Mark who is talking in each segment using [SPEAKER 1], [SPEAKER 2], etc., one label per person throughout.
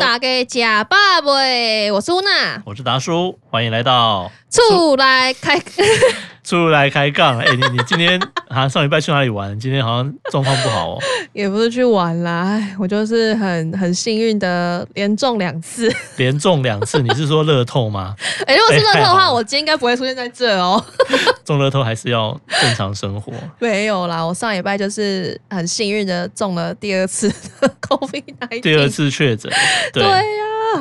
[SPEAKER 1] 家假爸未？我是乌娜，
[SPEAKER 2] 我是达叔，欢迎来到
[SPEAKER 1] 出来开
[SPEAKER 2] 出来开杠。哎、你你今天 啊，上礼拜去哪里玩？今天好像状况不好 哦。
[SPEAKER 1] 也不是去玩啦，唉我就是很很幸运的连中两次。
[SPEAKER 2] 连中两次，你是说乐透吗？
[SPEAKER 1] 哎、如果是乐透
[SPEAKER 2] 哎
[SPEAKER 1] 的
[SPEAKER 2] 太好
[SPEAKER 1] 话，
[SPEAKER 2] 了
[SPEAKER 1] 我今天应该不会出现在这哦。
[SPEAKER 2] 中乐透还是要正常生活？
[SPEAKER 1] 没有啦，我上礼拜就是很幸运的中了第二次 的 COVID 1 9
[SPEAKER 2] 第二，次确诊，对，
[SPEAKER 1] 对呀、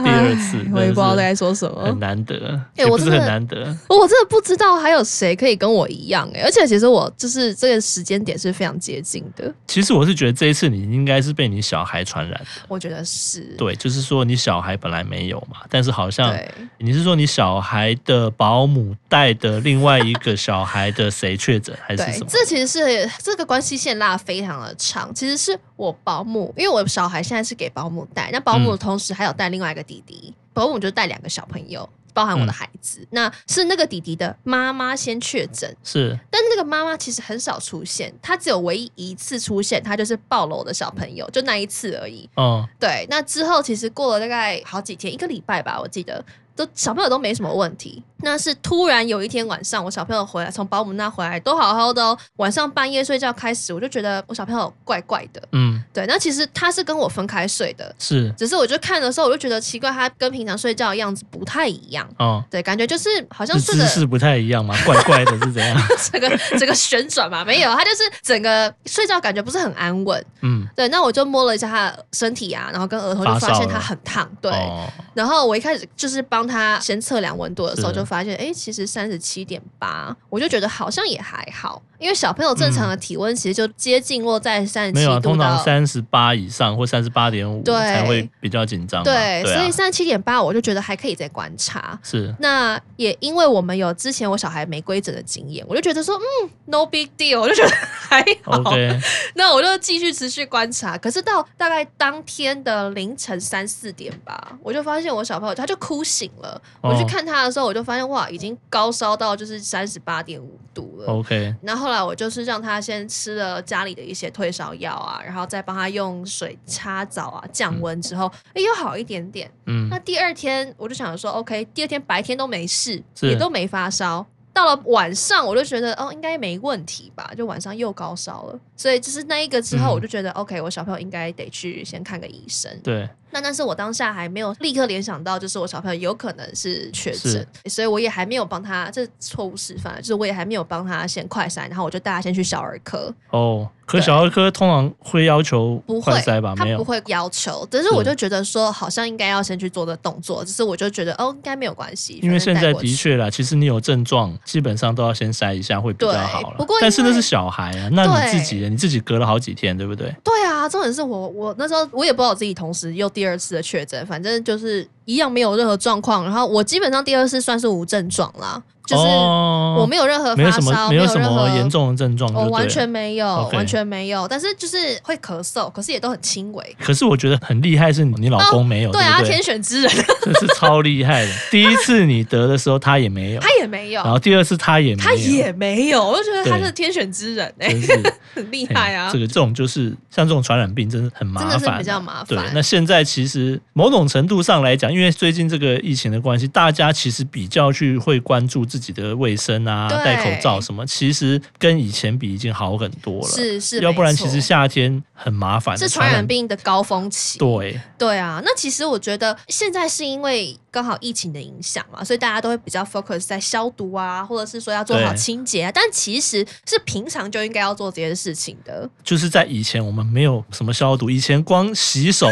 [SPEAKER 2] 第二次
[SPEAKER 1] 唉我也不知道
[SPEAKER 2] 真的是
[SPEAKER 1] 该说什么
[SPEAKER 2] 很。难得，
[SPEAKER 1] 哎
[SPEAKER 2] 也
[SPEAKER 1] 我
[SPEAKER 2] 不是
[SPEAKER 1] 真的
[SPEAKER 2] 很难得。
[SPEAKER 1] 我真的不知道还有谁可以跟我一样哎、而且其实我就是这个时间点是非常接近的，
[SPEAKER 2] 其实我是觉得这一次你应该是被你小孩传染的，
[SPEAKER 1] 我觉得是。
[SPEAKER 2] 对，就是说你小孩本来没有嘛，但是好像
[SPEAKER 1] 对，
[SPEAKER 2] 你是说你小孩的保姆带的另外一个小孩的谁确诊还是
[SPEAKER 1] 对
[SPEAKER 2] 什，么？
[SPEAKER 1] 这其实是这个关系线拉得非常的长。其实是我保姆，因为我小孩现在是给保姆带，那保姆
[SPEAKER 2] 嗯
[SPEAKER 1] 同时还有带另外一个弟弟，保姆就带两个小朋友。包含我
[SPEAKER 2] 嗯
[SPEAKER 1] 的孩子，那是那个弟弟的妈妈先确诊，
[SPEAKER 2] 是
[SPEAKER 1] 但那个妈妈其实很少出现，她只有唯一一次出现，她就是抱了我的小朋友，就那一次而已。
[SPEAKER 2] 哦，
[SPEAKER 1] 对，那之后其实过了大概好几天，一个礼拜吧，我记得都小朋友都没什么问题。那是突然有一天晚上，我小朋友回来，从保姆那回来都好好的哦。晚上半夜睡觉开始，我就觉得我小朋友怪怪的。
[SPEAKER 2] 嗯，
[SPEAKER 1] 对，那其实他是跟我分开睡的，
[SPEAKER 2] 是
[SPEAKER 1] 只是我就看的时候，我就觉得奇怪，他跟平常睡觉的样子不太一样。
[SPEAKER 2] 哦，
[SPEAKER 1] 对，感觉就是好像
[SPEAKER 2] 是
[SPEAKER 1] 睡的
[SPEAKER 2] 姿势不太一样嘛， 怪怪的是怎 样？
[SPEAKER 1] 整个整个旋转嘛，没有，他就是整个睡觉感觉不是很安稳。
[SPEAKER 2] 嗯，
[SPEAKER 1] 对，那我就摸了一下他的身体啊，然后跟额头就
[SPEAKER 2] 发
[SPEAKER 1] 发现
[SPEAKER 2] 烧了
[SPEAKER 1] 他很烫。对，
[SPEAKER 2] 哦，
[SPEAKER 1] 然后我一开始就是帮他先测量温度的时候，
[SPEAKER 2] 是
[SPEAKER 1] 就发现哎，诶其实三十七点八，我就觉得好像也还好，因为小朋友正常的体温其实就接近落在三十
[SPEAKER 2] 没
[SPEAKER 1] 七
[SPEAKER 2] 有啊，
[SPEAKER 1] 度
[SPEAKER 2] 通常
[SPEAKER 1] 到。
[SPEAKER 2] 三十八以上或三十八点五
[SPEAKER 1] 对
[SPEAKER 2] 才会比较紧张嘛，
[SPEAKER 1] 对，
[SPEAKER 2] 对
[SPEAKER 1] 所
[SPEAKER 2] 啊
[SPEAKER 1] 以，三十七点八，我就觉得还可以再观察。
[SPEAKER 2] 是
[SPEAKER 1] 那也因为我们有之前我小孩没规整的经验，我就觉得说，嗯，no big deal，我就觉得还好。
[SPEAKER 2] OK，
[SPEAKER 1] 那我就继续持续观察。可是到大概当天的凌晨三四点吧，我就发现我小朋友他就哭醒了。
[SPEAKER 2] 哦
[SPEAKER 1] 我去看他的时候，我就发现哇，已经高烧到就是三十八点五度了。
[SPEAKER 2] OK，
[SPEAKER 1] 然后后来我就是让他先吃了家里的一些退烧药啊，然后再帮他用水擦澡啊降温之后，哎、又好一点点。
[SPEAKER 2] 嗯
[SPEAKER 1] 那，第二天我就想说，OK，第二天白天都没事，
[SPEAKER 2] 是
[SPEAKER 1] 也都没发烧。到了晚上，我就觉得哦，应该没问题吧，就晚上又高烧了。所以就是那一个之后，
[SPEAKER 2] 嗯
[SPEAKER 1] 我就觉得、OK，我小朋友应该得去先看个医生。
[SPEAKER 2] 对，
[SPEAKER 1] 那但是我当下还没有立刻联想到，就是我小朋友有可能是确诊，所以我也还没有帮他，这是错误示范，啊就是我也还没有帮他先快筛，然后我就带他先去小儿科。
[SPEAKER 2] 哦，可
[SPEAKER 1] 对
[SPEAKER 2] 小儿科通常会要求
[SPEAKER 1] 不会
[SPEAKER 2] 快筛吧？
[SPEAKER 1] 他
[SPEAKER 2] 没
[SPEAKER 1] 不
[SPEAKER 2] 有，
[SPEAKER 1] 会要求，但是
[SPEAKER 2] 是
[SPEAKER 1] 我就觉得说，好像应该要先去做这动作，只是我就觉得哦，应该没有关系，
[SPEAKER 2] 因为
[SPEAKER 1] 反
[SPEAKER 2] 现
[SPEAKER 1] 正带
[SPEAKER 2] 在
[SPEAKER 1] 过去
[SPEAKER 2] 的确啦，其实你有症状，基本上都要先筛一下会比较
[SPEAKER 1] 对
[SPEAKER 2] 好了。
[SPEAKER 1] 不过
[SPEAKER 2] 但是
[SPEAKER 1] 因为
[SPEAKER 2] 那是小孩啊，那
[SPEAKER 1] 对
[SPEAKER 2] 你自己，你自己隔了好几天，对不对？
[SPEAKER 1] 对啊，重点是我我那时候我也不知道我自己同时又第二次的确诊，反正就是一样没有任何状况，然后我基本上第二次算是无症状啦，就是
[SPEAKER 2] 哦
[SPEAKER 1] 我没有任何
[SPEAKER 2] 没有
[SPEAKER 1] 呃发
[SPEAKER 2] 什
[SPEAKER 1] 烧，
[SPEAKER 2] 么，
[SPEAKER 1] 没
[SPEAKER 2] 有什
[SPEAKER 1] 任
[SPEAKER 2] 么
[SPEAKER 1] 何
[SPEAKER 2] 严。重的症状，
[SPEAKER 1] 我、
[SPEAKER 2] 就对
[SPEAKER 1] 完
[SPEAKER 2] 了
[SPEAKER 1] 全没有
[SPEAKER 2] OK
[SPEAKER 1] 完全没有，但是就是会咳嗽，可是也都很轻微。
[SPEAKER 2] 可是我觉得很厉害，是你老公没有，
[SPEAKER 1] 对
[SPEAKER 2] 不
[SPEAKER 1] 啊，
[SPEAKER 2] 哦
[SPEAKER 1] 他
[SPEAKER 2] 对
[SPEAKER 1] 天？选之 人，
[SPEAKER 2] 这是超厉害的。第一次你得的时候他也没有，
[SPEAKER 1] 他也没有
[SPEAKER 2] 然，后第二次他也没有，
[SPEAKER 1] 他也没有，我就觉得他
[SPEAKER 2] 对
[SPEAKER 1] 是天选之人哎、
[SPEAKER 2] 真是
[SPEAKER 1] 很厉
[SPEAKER 2] 嘿
[SPEAKER 1] 害啊
[SPEAKER 2] 这。个这种就是像这种传染病，真的很麻烦啊、
[SPEAKER 1] 真的是比较麻烦
[SPEAKER 2] 对，那现在其实某种程度上来讲，因为最近这个疫情的关系，大家其实比较去会关注自己的卫生啊，
[SPEAKER 1] 对
[SPEAKER 2] 戴口罩什么，其实跟以前比已经好很多了。
[SPEAKER 1] 是是，
[SPEAKER 2] 要不然
[SPEAKER 1] 没
[SPEAKER 2] 其
[SPEAKER 1] 错
[SPEAKER 2] 实夏天很麻烦的，
[SPEAKER 1] 是传染。病的高峰期。
[SPEAKER 2] 对，
[SPEAKER 1] 对啊，那其实我觉得现在是因为刚好疫情的影响嘛，所以大家都会比较 focus 在消毒啊，或者是说要做好
[SPEAKER 2] 对
[SPEAKER 1] 清洁啊。但其实是平常就应该要做这些事情的。
[SPEAKER 2] 就是在以前我们没有什么消毒，以前光洗 手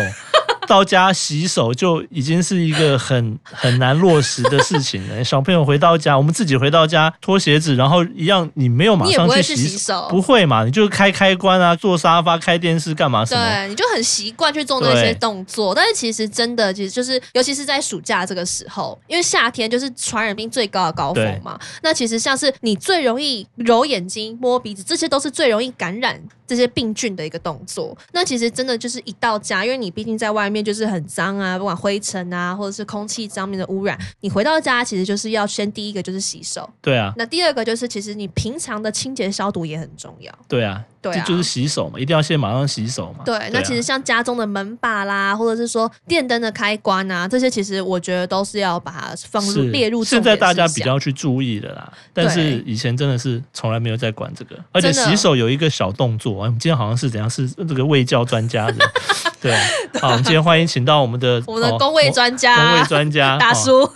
[SPEAKER 2] 到家洗手就已经是一个很很难落实的事情 了。小朋友回到家，我们自己回到家脱鞋子，然后一样，你没有马
[SPEAKER 1] 你也
[SPEAKER 2] 上
[SPEAKER 1] 不会
[SPEAKER 2] 去
[SPEAKER 1] 去
[SPEAKER 2] 洗
[SPEAKER 1] 洗手
[SPEAKER 2] 不会嘛？你就开开关啊，坐沙发、开电视干嘛什么？
[SPEAKER 1] 对，你就很习惯去做那些
[SPEAKER 2] 对
[SPEAKER 1] 动作，但是其实真的，其实就是尤其是在暑假这个时候，因为夏天就是传染病最高的高
[SPEAKER 2] 对
[SPEAKER 1] 峰嘛。那其实像是你最容易揉眼睛、摸鼻子，这些都是最容易感染这些病菌的一个动作。那其实真的就是一到家，因为你毕竟在外面面就是很脏啊，不管灰尘啊，或者是空气上面的污染，你回到家其实就是要先第一个就是洗手，
[SPEAKER 2] 对啊，
[SPEAKER 1] 那第二个就是其实你平常的清洁消毒也很重要。
[SPEAKER 2] 对啊，
[SPEAKER 1] 对
[SPEAKER 2] 这
[SPEAKER 1] 啊
[SPEAKER 2] 就是洗手嘛，一定要先马上洗手嘛。
[SPEAKER 1] 对，那
[SPEAKER 2] 啊
[SPEAKER 1] 其实像家中的门把啦，或者是说电灯的开关啊，这些其实我觉得都是要把它放入
[SPEAKER 2] 是
[SPEAKER 1] 列入重
[SPEAKER 2] 现在
[SPEAKER 1] 点
[SPEAKER 2] 大家
[SPEAKER 1] 事
[SPEAKER 2] 比
[SPEAKER 1] 项
[SPEAKER 2] 较去注意的啦，但是以前真的是从来没有在管这个，而且
[SPEAKER 1] 真的
[SPEAKER 2] 洗手有一个小动作，哎我们今天好像是怎样是这个卫教专家的， 对，啊好，我们今天欢迎请到我们的
[SPEAKER 1] 我们的
[SPEAKER 2] 哦
[SPEAKER 1] 工位专家、
[SPEAKER 2] 工位专 家
[SPEAKER 1] 大
[SPEAKER 2] 哦
[SPEAKER 1] 叔，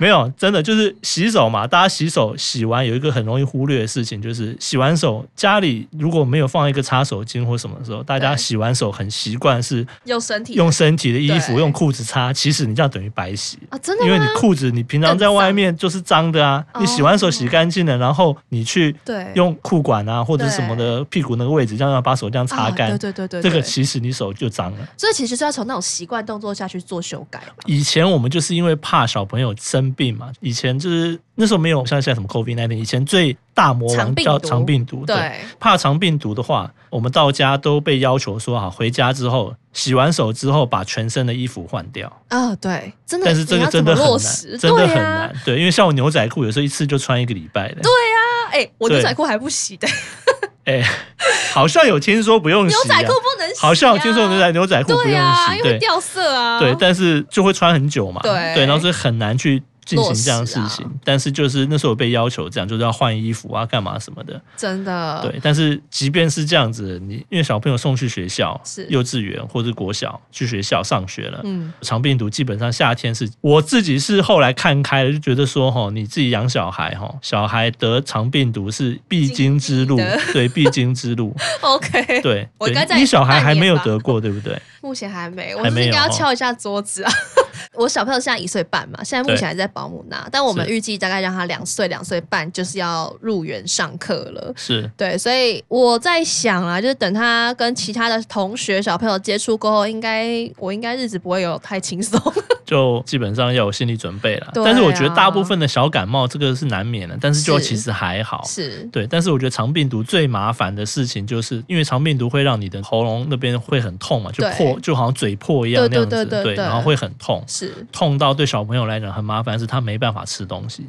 [SPEAKER 2] 没有，真的就是洗手嘛。大家洗手洗完有一个很容易忽略的事情，就是洗完手，家里如果没有放一个擦手巾或什么的时候，大家
[SPEAKER 1] 对
[SPEAKER 2] 洗完手很习惯是
[SPEAKER 1] 用身体
[SPEAKER 2] 用身体的衣服、
[SPEAKER 1] 对
[SPEAKER 2] 用裤子擦，其实你这样等于白洗。
[SPEAKER 1] 啊，真的
[SPEAKER 2] 因为你
[SPEAKER 1] 吗？
[SPEAKER 2] 裤子你平常在外面就是脏的啊，
[SPEAKER 1] 哦
[SPEAKER 2] 你洗完手洗干净了，然后你去
[SPEAKER 1] 对，
[SPEAKER 2] 用裤管啊或者什么的屁股那个位置，这样要把手这样擦干，
[SPEAKER 1] 啊对对对对
[SPEAKER 2] 这
[SPEAKER 1] 对，
[SPEAKER 2] 个其实你手就脏了。
[SPEAKER 1] 所以其实就是要从那种习惯动作下去做修改嘛。
[SPEAKER 2] 以前我们就是因为怕小朋友生病嘛，以前就是那时候没有像现在什么 COVID 1 9以前最大魔
[SPEAKER 1] 肠
[SPEAKER 2] 王
[SPEAKER 1] 病
[SPEAKER 2] 叫
[SPEAKER 1] 毒
[SPEAKER 2] 肠病毒，哦对。
[SPEAKER 1] 对，
[SPEAKER 2] 怕肠病毒的话，我们到家都被要求说好，回家之后洗完手之后把全身的衣服换掉。
[SPEAKER 1] 啊，对，真的，
[SPEAKER 2] 但是这个真的
[SPEAKER 1] 你要
[SPEAKER 2] 很
[SPEAKER 1] 怎么落
[SPEAKER 2] 难，
[SPEAKER 1] 实，
[SPEAKER 2] 真的很
[SPEAKER 1] 对
[SPEAKER 2] 难。
[SPEAKER 1] 啊。
[SPEAKER 2] 对，因为像我牛仔裤有时候一次就穿一个礼拜的。对，
[SPEAKER 1] 啊哎、我
[SPEAKER 2] 对
[SPEAKER 1] 牛仔裤还不洗的，
[SPEAKER 2] 哎， 好像有听说不用洗、
[SPEAKER 1] 牛
[SPEAKER 2] 啊，
[SPEAKER 1] 仔裤不能洗、啊，
[SPEAKER 2] 好像有听说牛仔牛仔裤不
[SPEAKER 1] 对
[SPEAKER 2] 用
[SPEAKER 1] 啊，
[SPEAKER 2] 洗，
[SPEAKER 1] 因为
[SPEAKER 2] 对
[SPEAKER 1] 掉色啊，
[SPEAKER 2] 对，但是就会穿很久嘛，
[SPEAKER 1] 对
[SPEAKER 2] 然后是很难去。进行这样的事
[SPEAKER 1] 落实啊
[SPEAKER 2] 情，但是就是那时候有被要求这样，就是要换衣服啊，干嘛什么的。
[SPEAKER 1] 真的，
[SPEAKER 2] 对，但是即便是这样子，你因为小朋友送去学校，
[SPEAKER 1] 是
[SPEAKER 2] 幼稚园或者国小去学校上学了，
[SPEAKER 1] 嗯，
[SPEAKER 2] 肠病毒基本上夏天是，我自己是后来看开了，就觉得说哈，你自己养小孩哈，小孩得肠病毒是必经之路
[SPEAKER 1] 必的，
[SPEAKER 2] 对，必经之 路，
[SPEAKER 1] OK，
[SPEAKER 2] 对，
[SPEAKER 1] 我应该
[SPEAKER 2] 对
[SPEAKER 1] 在
[SPEAKER 2] 你小孩
[SPEAKER 1] 半
[SPEAKER 2] 还没有
[SPEAKER 1] 年吧
[SPEAKER 2] 得过，对不对？
[SPEAKER 1] 目前还没，我
[SPEAKER 2] 还
[SPEAKER 1] 是不
[SPEAKER 2] 没
[SPEAKER 1] 是
[SPEAKER 2] 有
[SPEAKER 1] 应该要
[SPEAKER 2] 哦
[SPEAKER 1] 敲一下桌子啊。 我小朋友现在一岁半嘛，现在目前还在保姆那，但我们
[SPEAKER 2] 是
[SPEAKER 1] 预计大概让他两岁、两岁半就是要入园上课了。
[SPEAKER 2] 是，
[SPEAKER 1] 对，所以我在想啊，就是等他跟其他的同学、小朋友接触过后，应该我应该日子不会有太轻松。
[SPEAKER 2] 就基本上要有心理准备了。
[SPEAKER 1] 对啊
[SPEAKER 2] 但是我觉得大部分的小感冒这个是难免的，但是就是其实还好。
[SPEAKER 1] 是，
[SPEAKER 2] 对，但是我觉得肠病毒最麻烦的事情，就是因为肠病毒会让你的喉咙那边会很痛嘛，就
[SPEAKER 1] 对
[SPEAKER 2] 破，就好像嘴破一样那
[SPEAKER 1] 对
[SPEAKER 2] 样
[SPEAKER 1] 对
[SPEAKER 2] 子，
[SPEAKER 1] 对对对
[SPEAKER 2] 然后会很痛。
[SPEAKER 1] 是
[SPEAKER 2] 痛到对小朋友来讲很麻烦，是他没办法吃东西，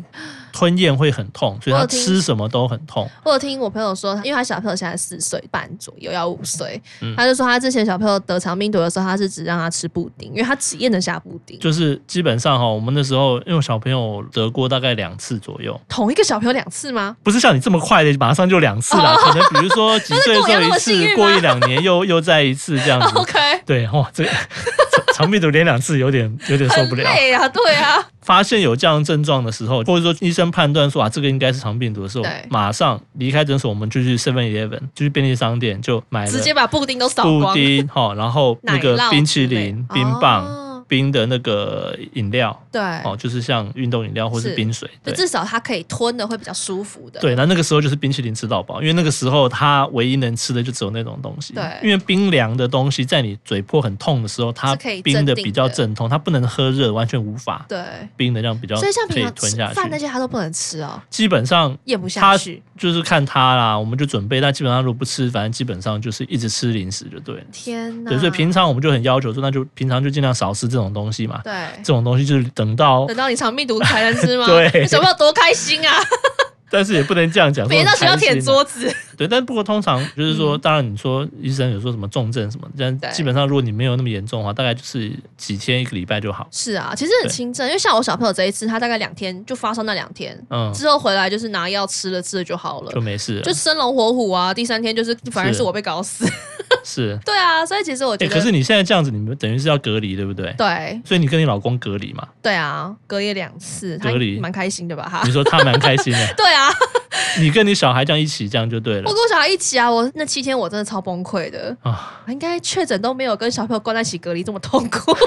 [SPEAKER 2] 吞咽会很痛，所以
[SPEAKER 1] 我
[SPEAKER 2] 他
[SPEAKER 1] 有听
[SPEAKER 2] 吃什么都很痛。
[SPEAKER 1] 我有听我朋友说，因为他小朋友现在四岁半左右，要五岁，
[SPEAKER 2] 嗯
[SPEAKER 1] 他就说他之前小朋友得肠病毒的时候，他是只让他吃布丁，因为他只咽得下布丁。
[SPEAKER 2] 就是基本上哈，我们那时候因为我小朋友得过大概两次左右，
[SPEAKER 1] 同一个小朋友两次吗？
[SPEAKER 2] 不是像你这么快的马上就两次啦，可能比如 说几岁的时候一
[SPEAKER 1] 哦那跟我一样那么幸
[SPEAKER 2] 次，
[SPEAKER 1] 运吗哦
[SPEAKER 2] 过一两年又又再一次这样子。
[SPEAKER 1] OK，
[SPEAKER 2] 对，哇，这个 肠病毒连两次有点有点受
[SPEAKER 1] 很
[SPEAKER 2] 不了。
[SPEAKER 1] 累啊，对啊，
[SPEAKER 2] 发现有这样症状的时候，或者说医生判断说啊，这个应该是肠病毒的时候
[SPEAKER 1] 对，
[SPEAKER 2] 马上离开诊所，我们就去 Seven Eleven，就去便利商店就买了
[SPEAKER 1] 直接把布丁都扫
[SPEAKER 2] 布
[SPEAKER 1] 光，
[SPEAKER 2] 丁哈，哦然后那
[SPEAKER 1] 奶
[SPEAKER 2] 个
[SPEAKER 1] 酪
[SPEAKER 2] 冰淇淋
[SPEAKER 1] 之、类
[SPEAKER 2] 冰棒、
[SPEAKER 1] 哦
[SPEAKER 2] 冰的那个饮料
[SPEAKER 1] 对，
[SPEAKER 2] 哦，就是像运动饮料或是
[SPEAKER 1] 是
[SPEAKER 2] 冰水，
[SPEAKER 1] 就
[SPEAKER 2] 对。
[SPEAKER 1] 至少它可以吞的会比较舒服的。
[SPEAKER 2] 对，那那个时候就是冰淇淋吃到饱，因为那个时候他唯一能吃的就只有那种东西。
[SPEAKER 1] 对
[SPEAKER 2] 因为冰凉的东西在你嘴破很痛的时候，它
[SPEAKER 1] 是可以
[SPEAKER 2] 冰
[SPEAKER 1] 镇
[SPEAKER 2] 的
[SPEAKER 1] 定
[SPEAKER 2] 比较
[SPEAKER 1] 的
[SPEAKER 2] 镇痛，它不能喝热，完全无法。
[SPEAKER 1] 对
[SPEAKER 2] 冰的量比较
[SPEAKER 1] 所以像
[SPEAKER 2] 可
[SPEAKER 1] 平
[SPEAKER 2] 以
[SPEAKER 1] 常
[SPEAKER 2] 吞
[SPEAKER 1] 吃
[SPEAKER 2] 下
[SPEAKER 1] 饭那
[SPEAKER 2] 去。
[SPEAKER 1] 些他都不能吃哦，
[SPEAKER 2] 基本上
[SPEAKER 1] 咽不
[SPEAKER 2] 它
[SPEAKER 1] 下去。
[SPEAKER 2] 就是看他啦，我们就准备。但基本上如果不吃，反正基本上就是一直吃零食就对了。
[SPEAKER 1] 天哪！
[SPEAKER 2] 对，所以平常我们就很要求说，那就平常就尽量少吃这种东西嘛。
[SPEAKER 1] 对
[SPEAKER 2] 这种东西就是等 到，
[SPEAKER 1] 等到你肠病毒才能吃 吗？
[SPEAKER 2] 对
[SPEAKER 1] 小朋友多开心 啊！
[SPEAKER 2] 但是也不能这样讲，
[SPEAKER 1] 别
[SPEAKER 2] 说
[SPEAKER 1] 到
[SPEAKER 2] 很
[SPEAKER 1] 学校
[SPEAKER 2] 开心
[SPEAKER 1] 舔
[SPEAKER 2] 啊
[SPEAKER 1] 桌子。
[SPEAKER 2] 对，但不过通常就是说，当然你说医生有说什么重症什么，但
[SPEAKER 1] 对
[SPEAKER 2] 基本上如果你没有那么严重的话，大概就是几天一个礼拜就好。
[SPEAKER 1] 是啊，其实很
[SPEAKER 2] 对
[SPEAKER 1] 轻症，因为像我小朋友这一次，他大概两天就发烧那两天，
[SPEAKER 2] 嗯，
[SPEAKER 1] 之后回来就是拿药吃了吃了就好了
[SPEAKER 2] 就。没事了。
[SPEAKER 1] 就生龙活虎啊！第三天就是反而
[SPEAKER 2] 是
[SPEAKER 1] 是我被搞死，
[SPEAKER 2] 是，
[SPEAKER 1] 对啊，所以其实我
[SPEAKER 2] 哎、
[SPEAKER 1] 觉得，
[SPEAKER 2] 可是你现在这样子，你们等于是要隔离，对不对？
[SPEAKER 1] 对
[SPEAKER 2] 所以你跟你老公隔离嘛？
[SPEAKER 1] 对啊，隔夜两次，他
[SPEAKER 2] 隔离嗯
[SPEAKER 1] 蛮开心的吧？哈，
[SPEAKER 2] 你，说他蛮开心的
[SPEAKER 1] 对啊，
[SPEAKER 2] 你跟你小孩这样一起，这样就对了
[SPEAKER 1] 我跟我小孩一起啊，我那七天我真的超崩溃的，
[SPEAKER 2] 啊。
[SPEAKER 1] 应该确诊都没有跟小朋友关在一起隔离这么痛苦，太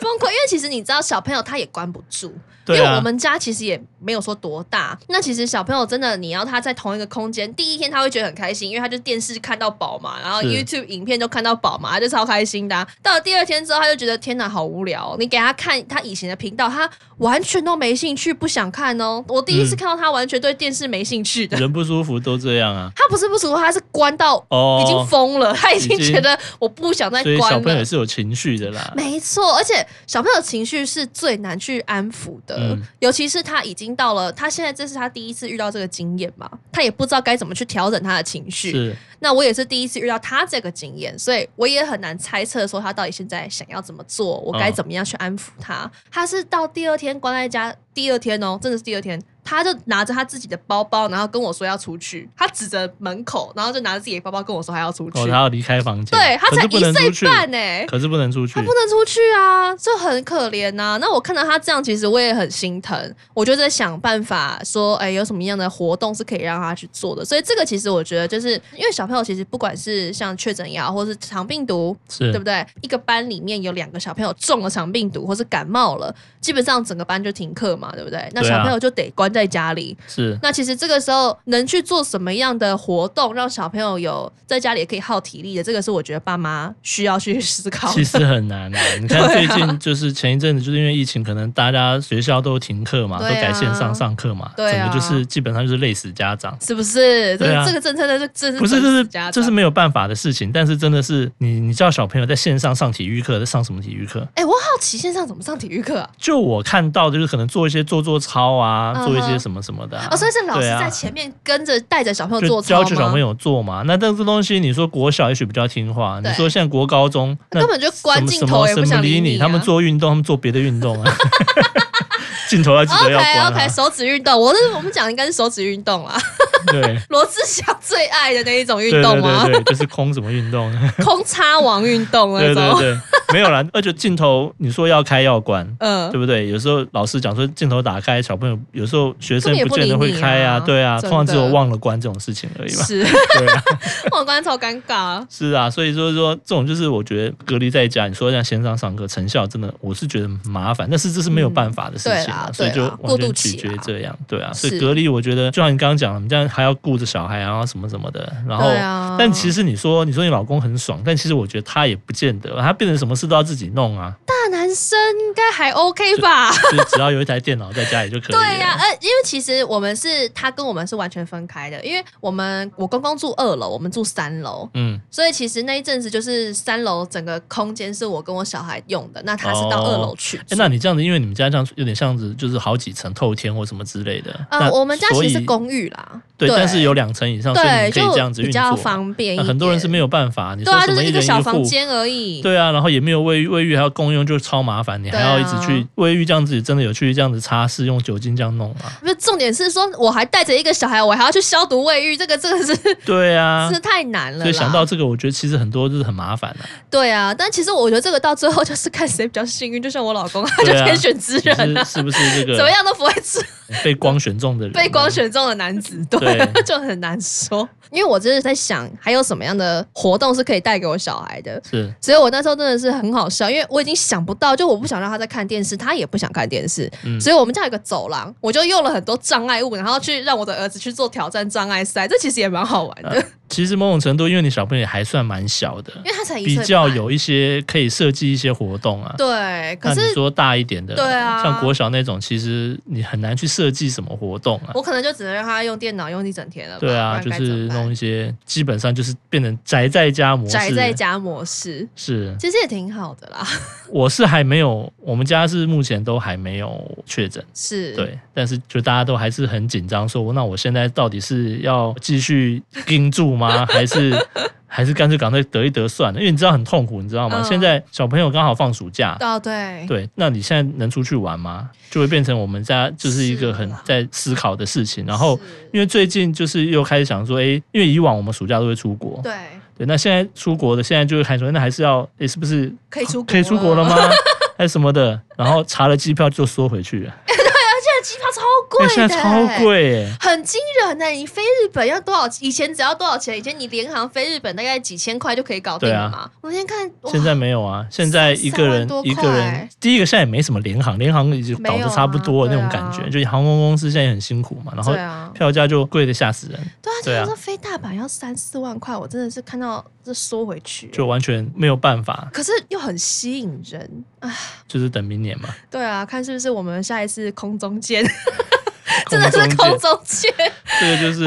[SPEAKER 1] 崩溃，因为其实你知道小朋友他也关不住，因
[SPEAKER 2] 对
[SPEAKER 1] 为我
[SPEAKER 2] 啊，
[SPEAKER 1] 们家其实也没有说多大，那其实小朋友真的，你要他在同一个空间，第一天他会觉得很开心，因为他就电视看到饱嘛，然后
[SPEAKER 2] 是
[SPEAKER 1] YouTube 影片就看到饱嘛，他就超开心的啊、到了第二天之后，他就觉得天哪，好无聊哦、你给他看他以前的频道，他完全都没兴趣，不想看哦。我第一次
[SPEAKER 2] 嗯
[SPEAKER 1] 看到他完全对电视没兴趣的，
[SPEAKER 2] 人不舒服都这样啊。
[SPEAKER 1] 他不是不舒服，他是关到
[SPEAKER 2] 哦，
[SPEAKER 1] 已经疯了，他已经
[SPEAKER 2] 已经
[SPEAKER 1] 觉得我不想再
[SPEAKER 2] 所以
[SPEAKER 1] 关
[SPEAKER 2] 小朋友
[SPEAKER 1] 了
[SPEAKER 2] 也。是有情绪的啦。
[SPEAKER 1] 没错，而且小朋友情绪是最难去安抚的，
[SPEAKER 2] 嗯
[SPEAKER 1] 尤其是他已经到了，他现在这是他第一次遇到这个经验嘛，他也不知道该怎么去调整他的情绪。
[SPEAKER 2] 是，
[SPEAKER 1] 那我也是第一次遇到他这个经验，所以我也很难猜测说他到底现在想要怎么做，我该
[SPEAKER 2] 嗯
[SPEAKER 1] 怎么样去安抚他。
[SPEAKER 2] 哦
[SPEAKER 1] 他是到第二天关在家，第二天哦，真的是第二天。他就拿着他自己的包包，然后跟我说要出去。他指着门口，然后就拿着自己的包包跟我说他要出去。
[SPEAKER 2] 哦，他要离开房间，
[SPEAKER 1] 对他
[SPEAKER 2] 可
[SPEAKER 1] 才
[SPEAKER 2] 是不能
[SPEAKER 1] 一
[SPEAKER 2] 出
[SPEAKER 1] 岁
[SPEAKER 2] 去，
[SPEAKER 1] 半呢、欸，
[SPEAKER 2] 可是不能出去
[SPEAKER 1] 他，不能出去啊，就很可怜呐、那我看到他这样，其实我也很心疼，我就在想办法说，哎、有什么样的活动是可以让他去做的。所以这个其实我觉得，就是因为小朋友其实不管是像确诊也好，或是肠病毒，对
[SPEAKER 2] 是
[SPEAKER 1] 不对？一个班里面有两个小朋友中了肠病毒，或是感冒了，基本上整个班就停课嘛，对不对？那
[SPEAKER 2] 对啊
[SPEAKER 1] 小朋友就得关在家里。
[SPEAKER 2] 是，
[SPEAKER 1] 那其实这个时候能去做什么样的活动，让小朋友有在家里也可以耗体力的，这个是我觉得爸妈需要去思考的。
[SPEAKER 2] 其实很难啊。 你看最
[SPEAKER 1] 对啊
[SPEAKER 2] 近就是前一阵子，就是因为疫情，可能大家学校都停课嘛，
[SPEAKER 1] 对
[SPEAKER 2] 都
[SPEAKER 1] 啊
[SPEAKER 2] 改线上上课嘛，
[SPEAKER 1] 对
[SPEAKER 2] 整
[SPEAKER 1] 啊
[SPEAKER 2] 个就是基本上就是累死家 长。
[SPEAKER 1] 是不是？这、
[SPEAKER 2] 对啊
[SPEAKER 1] 这个政策真是真是
[SPEAKER 2] 不是，这
[SPEAKER 1] 这
[SPEAKER 2] 是这是没有办法的事情，但是真的是你，你叫小朋友在线上上体育课，在上什么体育课？
[SPEAKER 1] 哎、我好奇线上怎么上体育课啊？
[SPEAKER 2] 就我看到的，就是可能做一些做做操啊，
[SPEAKER 1] 嗯哼
[SPEAKER 2] 做一些什么什么的、啊。
[SPEAKER 1] 哦，所以是老师
[SPEAKER 2] 对啊
[SPEAKER 1] 在前面跟着带着小朋友
[SPEAKER 2] 就
[SPEAKER 1] 做操
[SPEAKER 2] 教
[SPEAKER 1] 吗？
[SPEAKER 2] 小朋友做嘛。那但这东西，你说国小也许比较听话，你
[SPEAKER 1] 对
[SPEAKER 2] 说现在国高中，那
[SPEAKER 1] 根本就关镜
[SPEAKER 2] 什
[SPEAKER 1] 头
[SPEAKER 2] 么
[SPEAKER 1] 也
[SPEAKER 2] 什
[SPEAKER 1] 不
[SPEAKER 2] 么什
[SPEAKER 1] 想
[SPEAKER 2] 么理
[SPEAKER 1] 你、啊。
[SPEAKER 2] 他们做运动，他们做别的运动啊。 镜头要记得要
[SPEAKER 1] 哦 OK
[SPEAKER 2] 关、啊
[SPEAKER 1] OK 手指运动，我是我们讲应该是手指运动啦，
[SPEAKER 2] 对。
[SPEAKER 1] 罗志祥最爱的那一种运
[SPEAKER 2] 对
[SPEAKER 1] 动
[SPEAKER 2] 对
[SPEAKER 1] 吗？
[SPEAKER 2] 对对，就是空什么运动？啊
[SPEAKER 1] 空插网运动那
[SPEAKER 2] 对对
[SPEAKER 1] 种，
[SPEAKER 2] 对，没有啦。而且镜头，你说要开要关，
[SPEAKER 1] 嗯，
[SPEAKER 2] 对不对？有时候老师讲说镜头打开，小朋友有时候学生
[SPEAKER 1] 根本也不
[SPEAKER 2] 见得
[SPEAKER 1] 理
[SPEAKER 2] 会
[SPEAKER 1] 你啊
[SPEAKER 2] 开啊，对啊，
[SPEAKER 1] 真的
[SPEAKER 2] 通常只有忘了关这种事情而已吧。
[SPEAKER 1] 是，
[SPEAKER 2] 对 啊，
[SPEAKER 1] 网关超尴尬。
[SPEAKER 2] 是啊，所以说说这种就是我觉得隔离在家，你说像线上上课成效真的，我是觉得麻烦，但是这是没有办法的事情啊，
[SPEAKER 1] 嗯
[SPEAKER 2] 所
[SPEAKER 1] 对啦
[SPEAKER 2] 以就
[SPEAKER 1] 对啦
[SPEAKER 2] 完
[SPEAKER 1] 过
[SPEAKER 2] 全
[SPEAKER 1] 渡
[SPEAKER 2] 取
[SPEAKER 1] 期
[SPEAKER 2] 决
[SPEAKER 1] 啦
[SPEAKER 2] 这样，对啊，所以
[SPEAKER 1] 是
[SPEAKER 2] 隔离我觉得就像你刚刚讲，的，你这样还要顾着小孩啊，然后什么什么的，然后
[SPEAKER 1] 对啊
[SPEAKER 2] 但其实你说你说你老公很爽，但其实我觉得他也不见得，他变成什么事都要自己弄啊，
[SPEAKER 1] 大男生应该还 OK 吧？
[SPEAKER 2] 就是只要有一台电脑在家里就可以了。啊
[SPEAKER 1] 对呀、呃，因为其实我们是他跟我们是完全分开的，因为我们我公公住二楼，我们住三楼，
[SPEAKER 2] 嗯，
[SPEAKER 1] 所以其实那一阵子就是三楼整个空间是我跟我小孩用的，那他是到二楼去住、
[SPEAKER 2] 哎，那你这样子，因为你们家这样有点像子，就是好几层透天或什么之类的。
[SPEAKER 1] 呃，
[SPEAKER 2] 那
[SPEAKER 1] 我们家
[SPEAKER 2] 所
[SPEAKER 1] 其实
[SPEAKER 2] 以
[SPEAKER 1] 是公寓啦，
[SPEAKER 2] 对，但是有两层以上，所以
[SPEAKER 1] 对
[SPEAKER 2] 你可以这样
[SPEAKER 1] 就
[SPEAKER 2] 子
[SPEAKER 1] 比
[SPEAKER 2] 运
[SPEAKER 1] 较
[SPEAKER 2] 作。
[SPEAKER 1] 方便一
[SPEAKER 2] 那
[SPEAKER 1] 点。
[SPEAKER 2] 很多人是没有办法，你
[SPEAKER 1] 对
[SPEAKER 2] 说
[SPEAKER 1] 啊，
[SPEAKER 2] 什
[SPEAKER 1] 就
[SPEAKER 2] 么
[SPEAKER 1] 是一
[SPEAKER 2] 人
[SPEAKER 1] 个小
[SPEAKER 2] 一
[SPEAKER 1] 房
[SPEAKER 2] 户。
[SPEAKER 1] 间而已。
[SPEAKER 2] 对啊，然后也没有卫浴，卫浴还要公用，就超麻烦。你还
[SPEAKER 1] 对啊
[SPEAKER 2] 要一直去卫浴，这样子真的有去这样子擦拭，用酒精这样弄啊 吗？
[SPEAKER 1] 不是重点是说，我还带着一个小孩，我还要去消毒卫浴，这个这个是、
[SPEAKER 2] 对啊
[SPEAKER 1] 是，太难了啦。
[SPEAKER 2] 所以想到这个，我觉得其实很多就是很麻烦 的、
[SPEAKER 1] 对啊，但其实我觉得这个到最后就是看谁比较幸运，就像我老公，他就
[SPEAKER 2] 对啊
[SPEAKER 1] 天选之
[SPEAKER 2] 就
[SPEAKER 1] 人啊
[SPEAKER 2] 是，是不是这
[SPEAKER 1] 怎
[SPEAKER 2] 个
[SPEAKER 1] 么样都不会吃，
[SPEAKER 2] 被光选中的人？啊
[SPEAKER 1] 被光。选中的男子，对，
[SPEAKER 2] 对
[SPEAKER 1] 就很难说。因为我就是在想，还有什么样的活动是可以带给我小孩的。
[SPEAKER 2] 是
[SPEAKER 1] 所以我那时候真的是很好笑，因为我已经想不到，就我不想让他在看电视，他也不想看电视，
[SPEAKER 2] 嗯
[SPEAKER 1] 所以我们家有个走廊，我就用了很多障碍物，然后去让我的儿子去做挑战障碍赛，这其实也蛮好玩的，
[SPEAKER 2] 啊其实某种程度，因为你小朋友还算蛮小的，
[SPEAKER 1] 因为他才一岁
[SPEAKER 2] 比
[SPEAKER 1] 半
[SPEAKER 2] 较有一些可以设计一些活动啊。
[SPEAKER 1] 对，可
[SPEAKER 2] 那你
[SPEAKER 1] 是
[SPEAKER 2] 说大一点的，
[SPEAKER 1] 对啊
[SPEAKER 2] 像国小那种，其实你很难去设计什么活动 啊。
[SPEAKER 1] 我可能就只能让他用电脑用一整天了吧，
[SPEAKER 2] 对啊，
[SPEAKER 1] 不
[SPEAKER 2] 就
[SPEAKER 1] 然该怎
[SPEAKER 2] 是
[SPEAKER 1] 么办
[SPEAKER 2] 弄一些，基本上就是变成宅在家模式。
[SPEAKER 1] 宅在家模式，
[SPEAKER 2] 是，
[SPEAKER 1] 其实也挺好的啦，
[SPEAKER 2] 我是还没有，我们家是目前都还没有确诊，
[SPEAKER 1] 是，
[SPEAKER 2] 对，但是就大家都还是很紧张，说那我现在到底是要继续盯住 吗？还是还是干脆赶快得一得算了？因为你知道很痛苦，你知道吗？
[SPEAKER 1] 嗯
[SPEAKER 2] 现在小朋友刚好放暑假，
[SPEAKER 1] 哦对，
[SPEAKER 2] 对，那你现在能出去玩吗？就会变成我们家就是一个
[SPEAKER 1] 是
[SPEAKER 2] 很
[SPEAKER 1] 啦
[SPEAKER 2] 在思考的事情。然后，
[SPEAKER 1] 是
[SPEAKER 2] 因为最近就是又开始想说，诶，因为以往我们暑假都会出国，
[SPEAKER 1] 对，
[SPEAKER 2] 对，那现在出国的现在就会还说，那还是要，诶，是不是
[SPEAKER 1] 可以出国
[SPEAKER 2] 可以出国了吗？还是什么的？然后查了机票就缩回去了，
[SPEAKER 1] 机票超贵
[SPEAKER 2] 哎
[SPEAKER 1] 的、欸
[SPEAKER 2] 现在超，贵、哎
[SPEAKER 1] 很惊人呢、你飞日本要多少？以前只要多少钱？以前你联航飞日本大概几千块就可以搞定了
[SPEAKER 2] 啊
[SPEAKER 1] 嘛。我那天看，哇
[SPEAKER 2] 现在没有啊，现在一个
[SPEAKER 1] 三万
[SPEAKER 2] 人
[SPEAKER 1] 多块
[SPEAKER 2] 一个人，第一个现在也没什么联航，联航已经搞得差不多
[SPEAKER 1] 没
[SPEAKER 2] 那
[SPEAKER 1] 有啊
[SPEAKER 2] 种感觉，就航空公司现在也很辛苦嘛，然后
[SPEAKER 1] 对啊，
[SPEAKER 2] 票价就贵的吓死人，
[SPEAKER 1] 对啊，
[SPEAKER 2] 对啊
[SPEAKER 1] 听说飞大阪要三四万块，我真的是看到这缩回去、
[SPEAKER 2] 就完全没有办法，
[SPEAKER 1] 可是又很吸引人啊！
[SPEAKER 2] 就是等明年嘛，
[SPEAKER 1] 对啊，看是不是我们下一次空中见，
[SPEAKER 2] 空
[SPEAKER 1] 真的
[SPEAKER 2] 中
[SPEAKER 1] 是
[SPEAKER 2] 见
[SPEAKER 1] 空中见，
[SPEAKER 2] 这个就是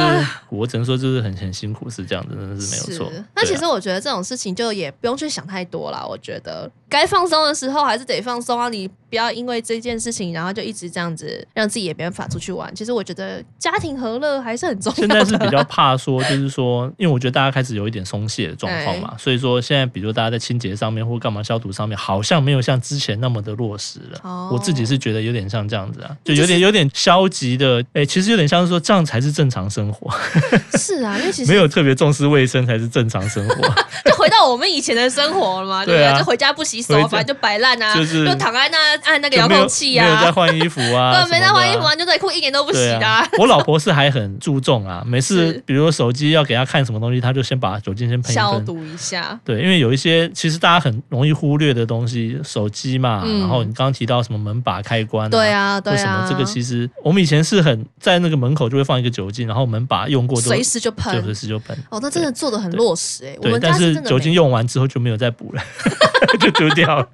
[SPEAKER 2] 我只能说就是很很辛苦，是这样的，真的是没有错
[SPEAKER 1] 是。那
[SPEAKER 2] 对
[SPEAKER 1] 其
[SPEAKER 2] 啊
[SPEAKER 1] 实我觉得这种事情就也不用去想太多啦。我觉得该放松的时候还是得放松啊，你不要因为这件事情，然后就一直这样子让自己也没办法出去玩。其实我觉得家庭和乐还是很重要
[SPEAKER 2] 现
[SPEAKER 1] 的。
[SPEAKER 2] 在是比较怕说，就是说，因为我觉得大家开始有一点松懈的状况嘛，所以说现在，比如说大家在清洁上面或干嘛消毒上面，好像没有像之前那么的落实了。
[SPEAKER 1] 哦
[SPEAKER 2] 我自己是觉得有点像这样子啊，就
[SPEAKER 1] 就是
[SPEAKER 2] 有点有点消极的，哎、其实有点像是说这样才是正常生活，
[SPEAKER 1] 是 啊，因为其
[SPEAKER 2] 没
[SPEAKER 1] 实
[SPEAKER 2] 有特别重视卫生才是正常生活，
[SPEAKER 1] 就回到我们以前的生活了嘛，对不
[SPEAKER 2] 对
[SPEAKER 1] 对？
[SPEAKER 2] 啊
[SPEAKER 1] 就回家不洗手
[SPEAKER 2] 回，家
[SPEAKER 1] 反正就摆烂啊，
[SPEAKER 2] 就是
[SPEAKER 1] 躺在那按那个
[SPEAKER 2] 就
[SPEAKER 1] 遥
[SPEAKER 2] 没有
[SPEAKER 1] 控器
[SPEAKER 2] 没有在
[SPEAKER 1] 啊，
[SPEAKER 2] 换衣服啊，
[SPEAKER 1] 对，没
[SPEAKER 2] 什么
[SPEAKER 1] 在
[SPEAKER 2] 的
[SPEAKER 1] 换衣服
[SPEAKER 2] 啊
[SPEAKER 1] 啊，牛仔裤一点都不洗
[SPEAKER 2] 对
[SPEAKER 1] 的啊、
[SPEAKER 2] 啊，我老婆是还很注重啊，每次
[SPEAKER 1] 是
[SPEAKER 2] 比如说手机要给她看什么东西，她就先把酒精先喷一
[SPEAKER 1] 消
[SPEAKER 2] 喷，
[SPEAKER 1] 毒一下。
[SPEAKER 2] 对，因为有一些其实大家很容易忽略的东西，手机嘛，
[SPEAKER 1] 嗯
[SPEAKER 2] 然后你刚刚提到什么门把开关、啊，
[SPEAKER 1] 对啊，对
[SPEAKER 2] 或什
[SPEAKER 1] 啊
[SPEAKER 2] 么，这个其实我们以前是很在那个门口就会放一个酒精，然后门把用过就
[SPEAKER 1] 随时就
[SPEAKER 2] 就随
[SPEAKER 1] 喷。
[SPEAKER 2] 时就喷，
[SPEAKER 1] 哦，那真的做的很
[SPEAKER 2] 对
[SPEAKER 1] 落实哎、我
[SPEAKER 2] 对，
[SPEAKER 1] 们
[SPEAKER 2] 但
[SPEAKER 1] 家
[SPEAKER 2] 是
[SPEAKER 1] 真的
[SPEAKER 2] 酒
[SPEAKER 1] 没
[SPEAKER 2] 精用完之后就没有再补了， 就丢掉 了。
[SPEAKER 1] 啊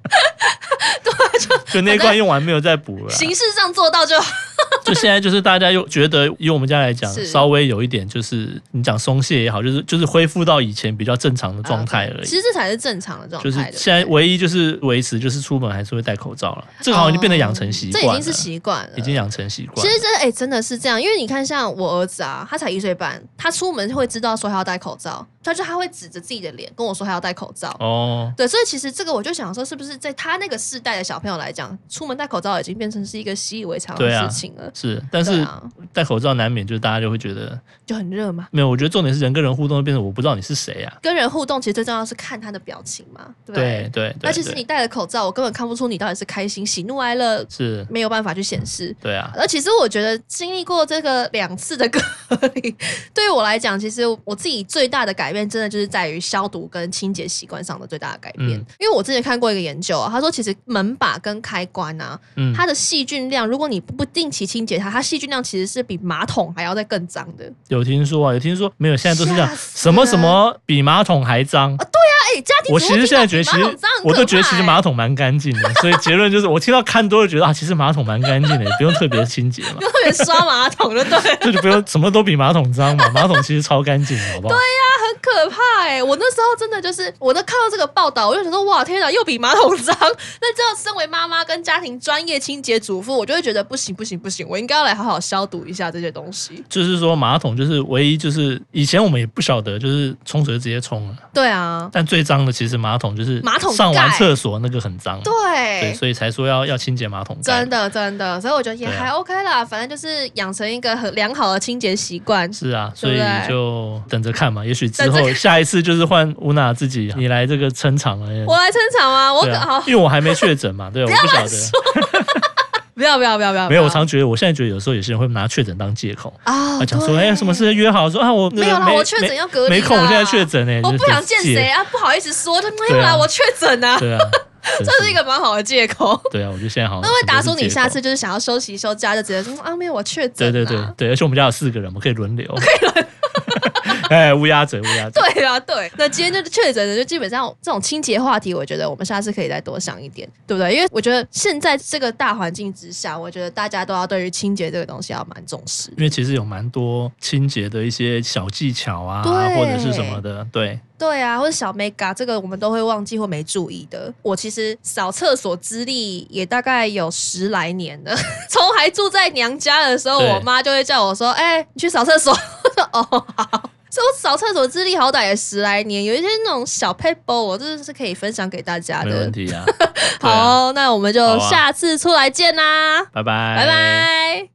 [SPEAKER 2] 对，就那一罐用完没有再补了啊、
[SPEAKER 1] 形式上做到就好。
[SPEAKER 2] 就现在就是大家又觉得，以我们家来讲
[SPEAKER 1] 是，
[SPEAKER 2] 稍微有一点就是你讲松懈也好，就是就是恢复到以前比较正常的状态而已。
[SPEAKER 1] 啊其实这才是正常的状态。
[SPEAKER 2] 就是
[SPEAKER 1] 对不对
[SPEAKER 2] 现在唯一就是维持，就是出门还是会戴口罩了。这个好像已经变成养成习
[SPEAKER 1] 哦这
[SPEAKER 2] 惯了，
[SPEAKER 1] 已经是习惯了，
[SPEAKER 2] 已经养成习惯
[SPEAKER 1] 其
[SPEAKER 2] 了。
[SPEAKER 1] 实真的，哎、真的是这样，因为你看，像我儿子啊，他才一岁半，他出门会知道说他要戴口罩，他就他会指着自己的脸跟我说他要戴口罩。
[SPEAKER 2] 哦，
[SPEAKER 1] 对，所以其实这个我就想说，是不是在他那个世代的小朋友来讲，出门戴口罩已经变成是一个习以为常的
[SPEAKER 2] 对啊
[SPEAKER 1] 事情了？
[SPEAKER 2] 是，但
[SPEAKER 1] 对
[SPEAKER 2] 是
[SPEAKER 1] 啊、
[SPEAKER 2] 戴口罩难免就是大家就会觉得
[SPEAKER 1] 就很热嘛。
[SPEAKER 2] 没有。我觉得重点是人跟人互动会变成我不知道你是谁啊。
[SPEAKER 1] 跟人互动其实最重要是看他的表情嘛，对不
[SPEAKER 2] 对对对，
[SPEAKER 1] 那其实
[SPEAKER 2] 对
[SPEAKER 1] 你戴了口罩，我根本看不出你到底是开心、喜怒哀乐，
[SPEAKER 2] 是
[SPEAKER 1] 没有办法去显示。
[SPEAKER 2] 对啊，
[SPEAKER 1] 而其实我觉得经历过这个两次的隔离，对于我来讲，其实我自己最大的改变，真的就是在于消毒跟清洁习惯上的最大的改变。
[SPEAKER 2] 嗯
[SPEAKER 1] 因为我之前看过一个研究啊，他说其实门把跟开关啊，
[SPEAKER 2] 嗯，
[SPEAKER 1] 它的细菌量，如果你不定期清洁它，它细菌量其实是比马桶还要再更脏的。
[SPEAKER 2] 有听说啊，有听说没有？现在都是这样
[SPEAKER 1] 吓，死
[SPEAKER 2] 什么
[SPEAKER 1] 人
[SPEAKER 2] 什么比马桶还脏。
[SPEAKER 1] 哎、家庭
[SPEAKER 2] 我
[SPEAKER 1] 主
[SPEAKER 2] 其
[SPEAKER 1] 妇
[SPEAKER 2] 实
[SPEAKER 1] 听
[SPEAKER 2] 现在
[SPEAKER 1] 到
[SPEAKER 2] 觉得，
[SPEAKER 1] 比
[SPEAKER 2] 其
[SPEAKER 1] 马
[SPEAKER 2] 实
[SPEAKER 1] 桶脏很
[SPEAKER 2] 我都
[SPEAKER 1] 可
[SPEAKER 2] 觉得其实
[SPEAKER 1] 怕
[SPEAKER 2] 马
[SPEAKER 1] 欸
[SPEAKER 2] 桶蛮干净的，所以结论就是我听到看多了觉得啊，其实马桶蛮干净的，也不用特别清洁嘛。
[SPEAKER 1] 就特别刷马桶就对了。
[SPEAKER 2] 这就不用什么都比马桶脏嘛，马桶其实超干净的，好不好？
[SPEAKER 1] 啊可怕哎、我那时候真的就是，我都看到这个报道，我就想说，哇，天哪，又比马桶脏。那这样，身为妈妈跟家庭专业清洁主妇，我就会觉得不行不行不行，我应该要来好好消毒一下这些东西。
[SPEAKER 2] 就是说马桶就是唯一就是以前我们也不晓得，就是冲水就直接冲了，
[SPEAKER 1] 对啊，
[SPEAKER 2] 但最脏的其实马桶就是
[SPEAKER 1] 马桶盖
[SPEAKER 2] 上完厕所那个很脏，对，
[SPEAKER 1] 对。啊
[SPEAKER 2] 所以才说要要清洁马桶盖。
[SPEAKER 1] 真的，真的，所以我觉得也
[SPEAKER 2] 对啊
[SPEAKER 1] 还 OK 啦，反正就是啊养成一个很良好的清洁习惯。
[SPEAKER 2] 是啊，所
[SPEAKER 1] 对不
[SPEAKER 2] 以
[SPEAKER 1] 对
[SPEAKER 2] 就等着看嘛，也许之
[SPEAKER 1] 等着
[SPEAKER 2] 后下一次就是换乌娜自己，你来这个撑场了。
[SPEAKER 1] 我来撑场吗？我
[SPEAKER 2] 对
[SPEAKER 1] 可好
[SPEAKER 2] 啊，，因为我还没确诊嘛，对，我不晓得，
[SPEAKER 1] 不要不要不要不要，
[SPEAKER 2] 没有，
[SPEAKER 1] 不
[SPEAKER 2] 我
[SPEAKER 1] 要
[SPEAKER 2] 常觉得，我现在觉得有时候有些人会拿确诊当借口，
[SPEAKER 1] 啊
[SPEAKER 2] 啊，讲说，
[SPEAKER 1] 对
[SPEAKER 2] 哎、什么事约好，说啊，我那个
[SPEAKER 1] 没有啦，
[SPEAKER 2] 没
[SPEAKER 1] 我确诊
[SPEAKER 2] 没
[SPEAKER 1] 要隔离
[SPEAKER 2] 没
[SPEAKER 1] 啦
[SPEAKER 2] 空，我现在确，诊哎，
[SPEAKER 1] 我
[SPEAKER 2] 就
[SPEAKER 1] 不
[SPEAKER 2] 是
[SPEAKER 1] 想见
[SPEAKER 2] 借
[SPEAKER 1] 谁啊，不好意思说，他没有
[SPEAKER 2] 对啊
[SPEAKER 1] 啦，我确诊啊，
[SPEAKER 2] 对啊，真
[SPEAKER 1] 这是一个蛮好的借口。
[SPEAKER 2] 对啊，我觉得现在好像
[SPEAKER 1] 那会打
[SPEAKER 2] 很
[SPEAKER 1] 说
[SPEAKER 2] 多是
[SPEAKER 1] 你
[SPEAKER 2] 借
[SPEAKER 1] 下
[SPEAKER 2] 口
[SPEAKER 1] 次就是想要休息休假，就直接说嗯啊，没有，我确诊、
[SPEAKER 2] 对
[SPEAKER 1] 啊。
[SPEAKER 2] 对对对，而且我们家有四个人，我们可以轮流， 可以轮， 哎，乌鸦嘴乌鸦嘴，
[SPEAKER 1] 对啊，对。那今天就是确诊的，就基本上这种清洁话题，我觉得我们下次可以再多想一点，对不对？因为我觉得现在这个大环境之下，我觉得大家都要对于清洁这个东西要蛮重视。
[SPEAKER 2] 因为其实有蛮多清洁的一些小技巧啊，
[SPEAKER 1] 对
[SPEAKER 2] 或者是什么的，对，
[SPEAKER 1] 对啊，或者小 mega 这个我们都会忘记或没注意的。我其实扫厕所资历也大概有十来年了， 从还住在娘家的时候，
[SPEAKER 2] 对
[SPEAKER 1] 我妈就会叫我说：“哎、你去扫厕所。” 我说：“哦，好。”所以我扫厕所资历好歹也十来年，有一些那种小 paper，我真的是可以分享给大家
[SPEAKER 2] 没问
[SPEAKER 1] 的。
[SPEAKER 2] 题 啊，对
[SPEAKER 1] 好
[SPEAKER 2] 啊，
[SPEAKER 1] 哦，那我们就
[SPEAKER 2] 好啊
[SPEAKER 1] 下次出来见啦，
[SPEAKER 2] 拜拜，
[SPEAKER 1] 拜。拜。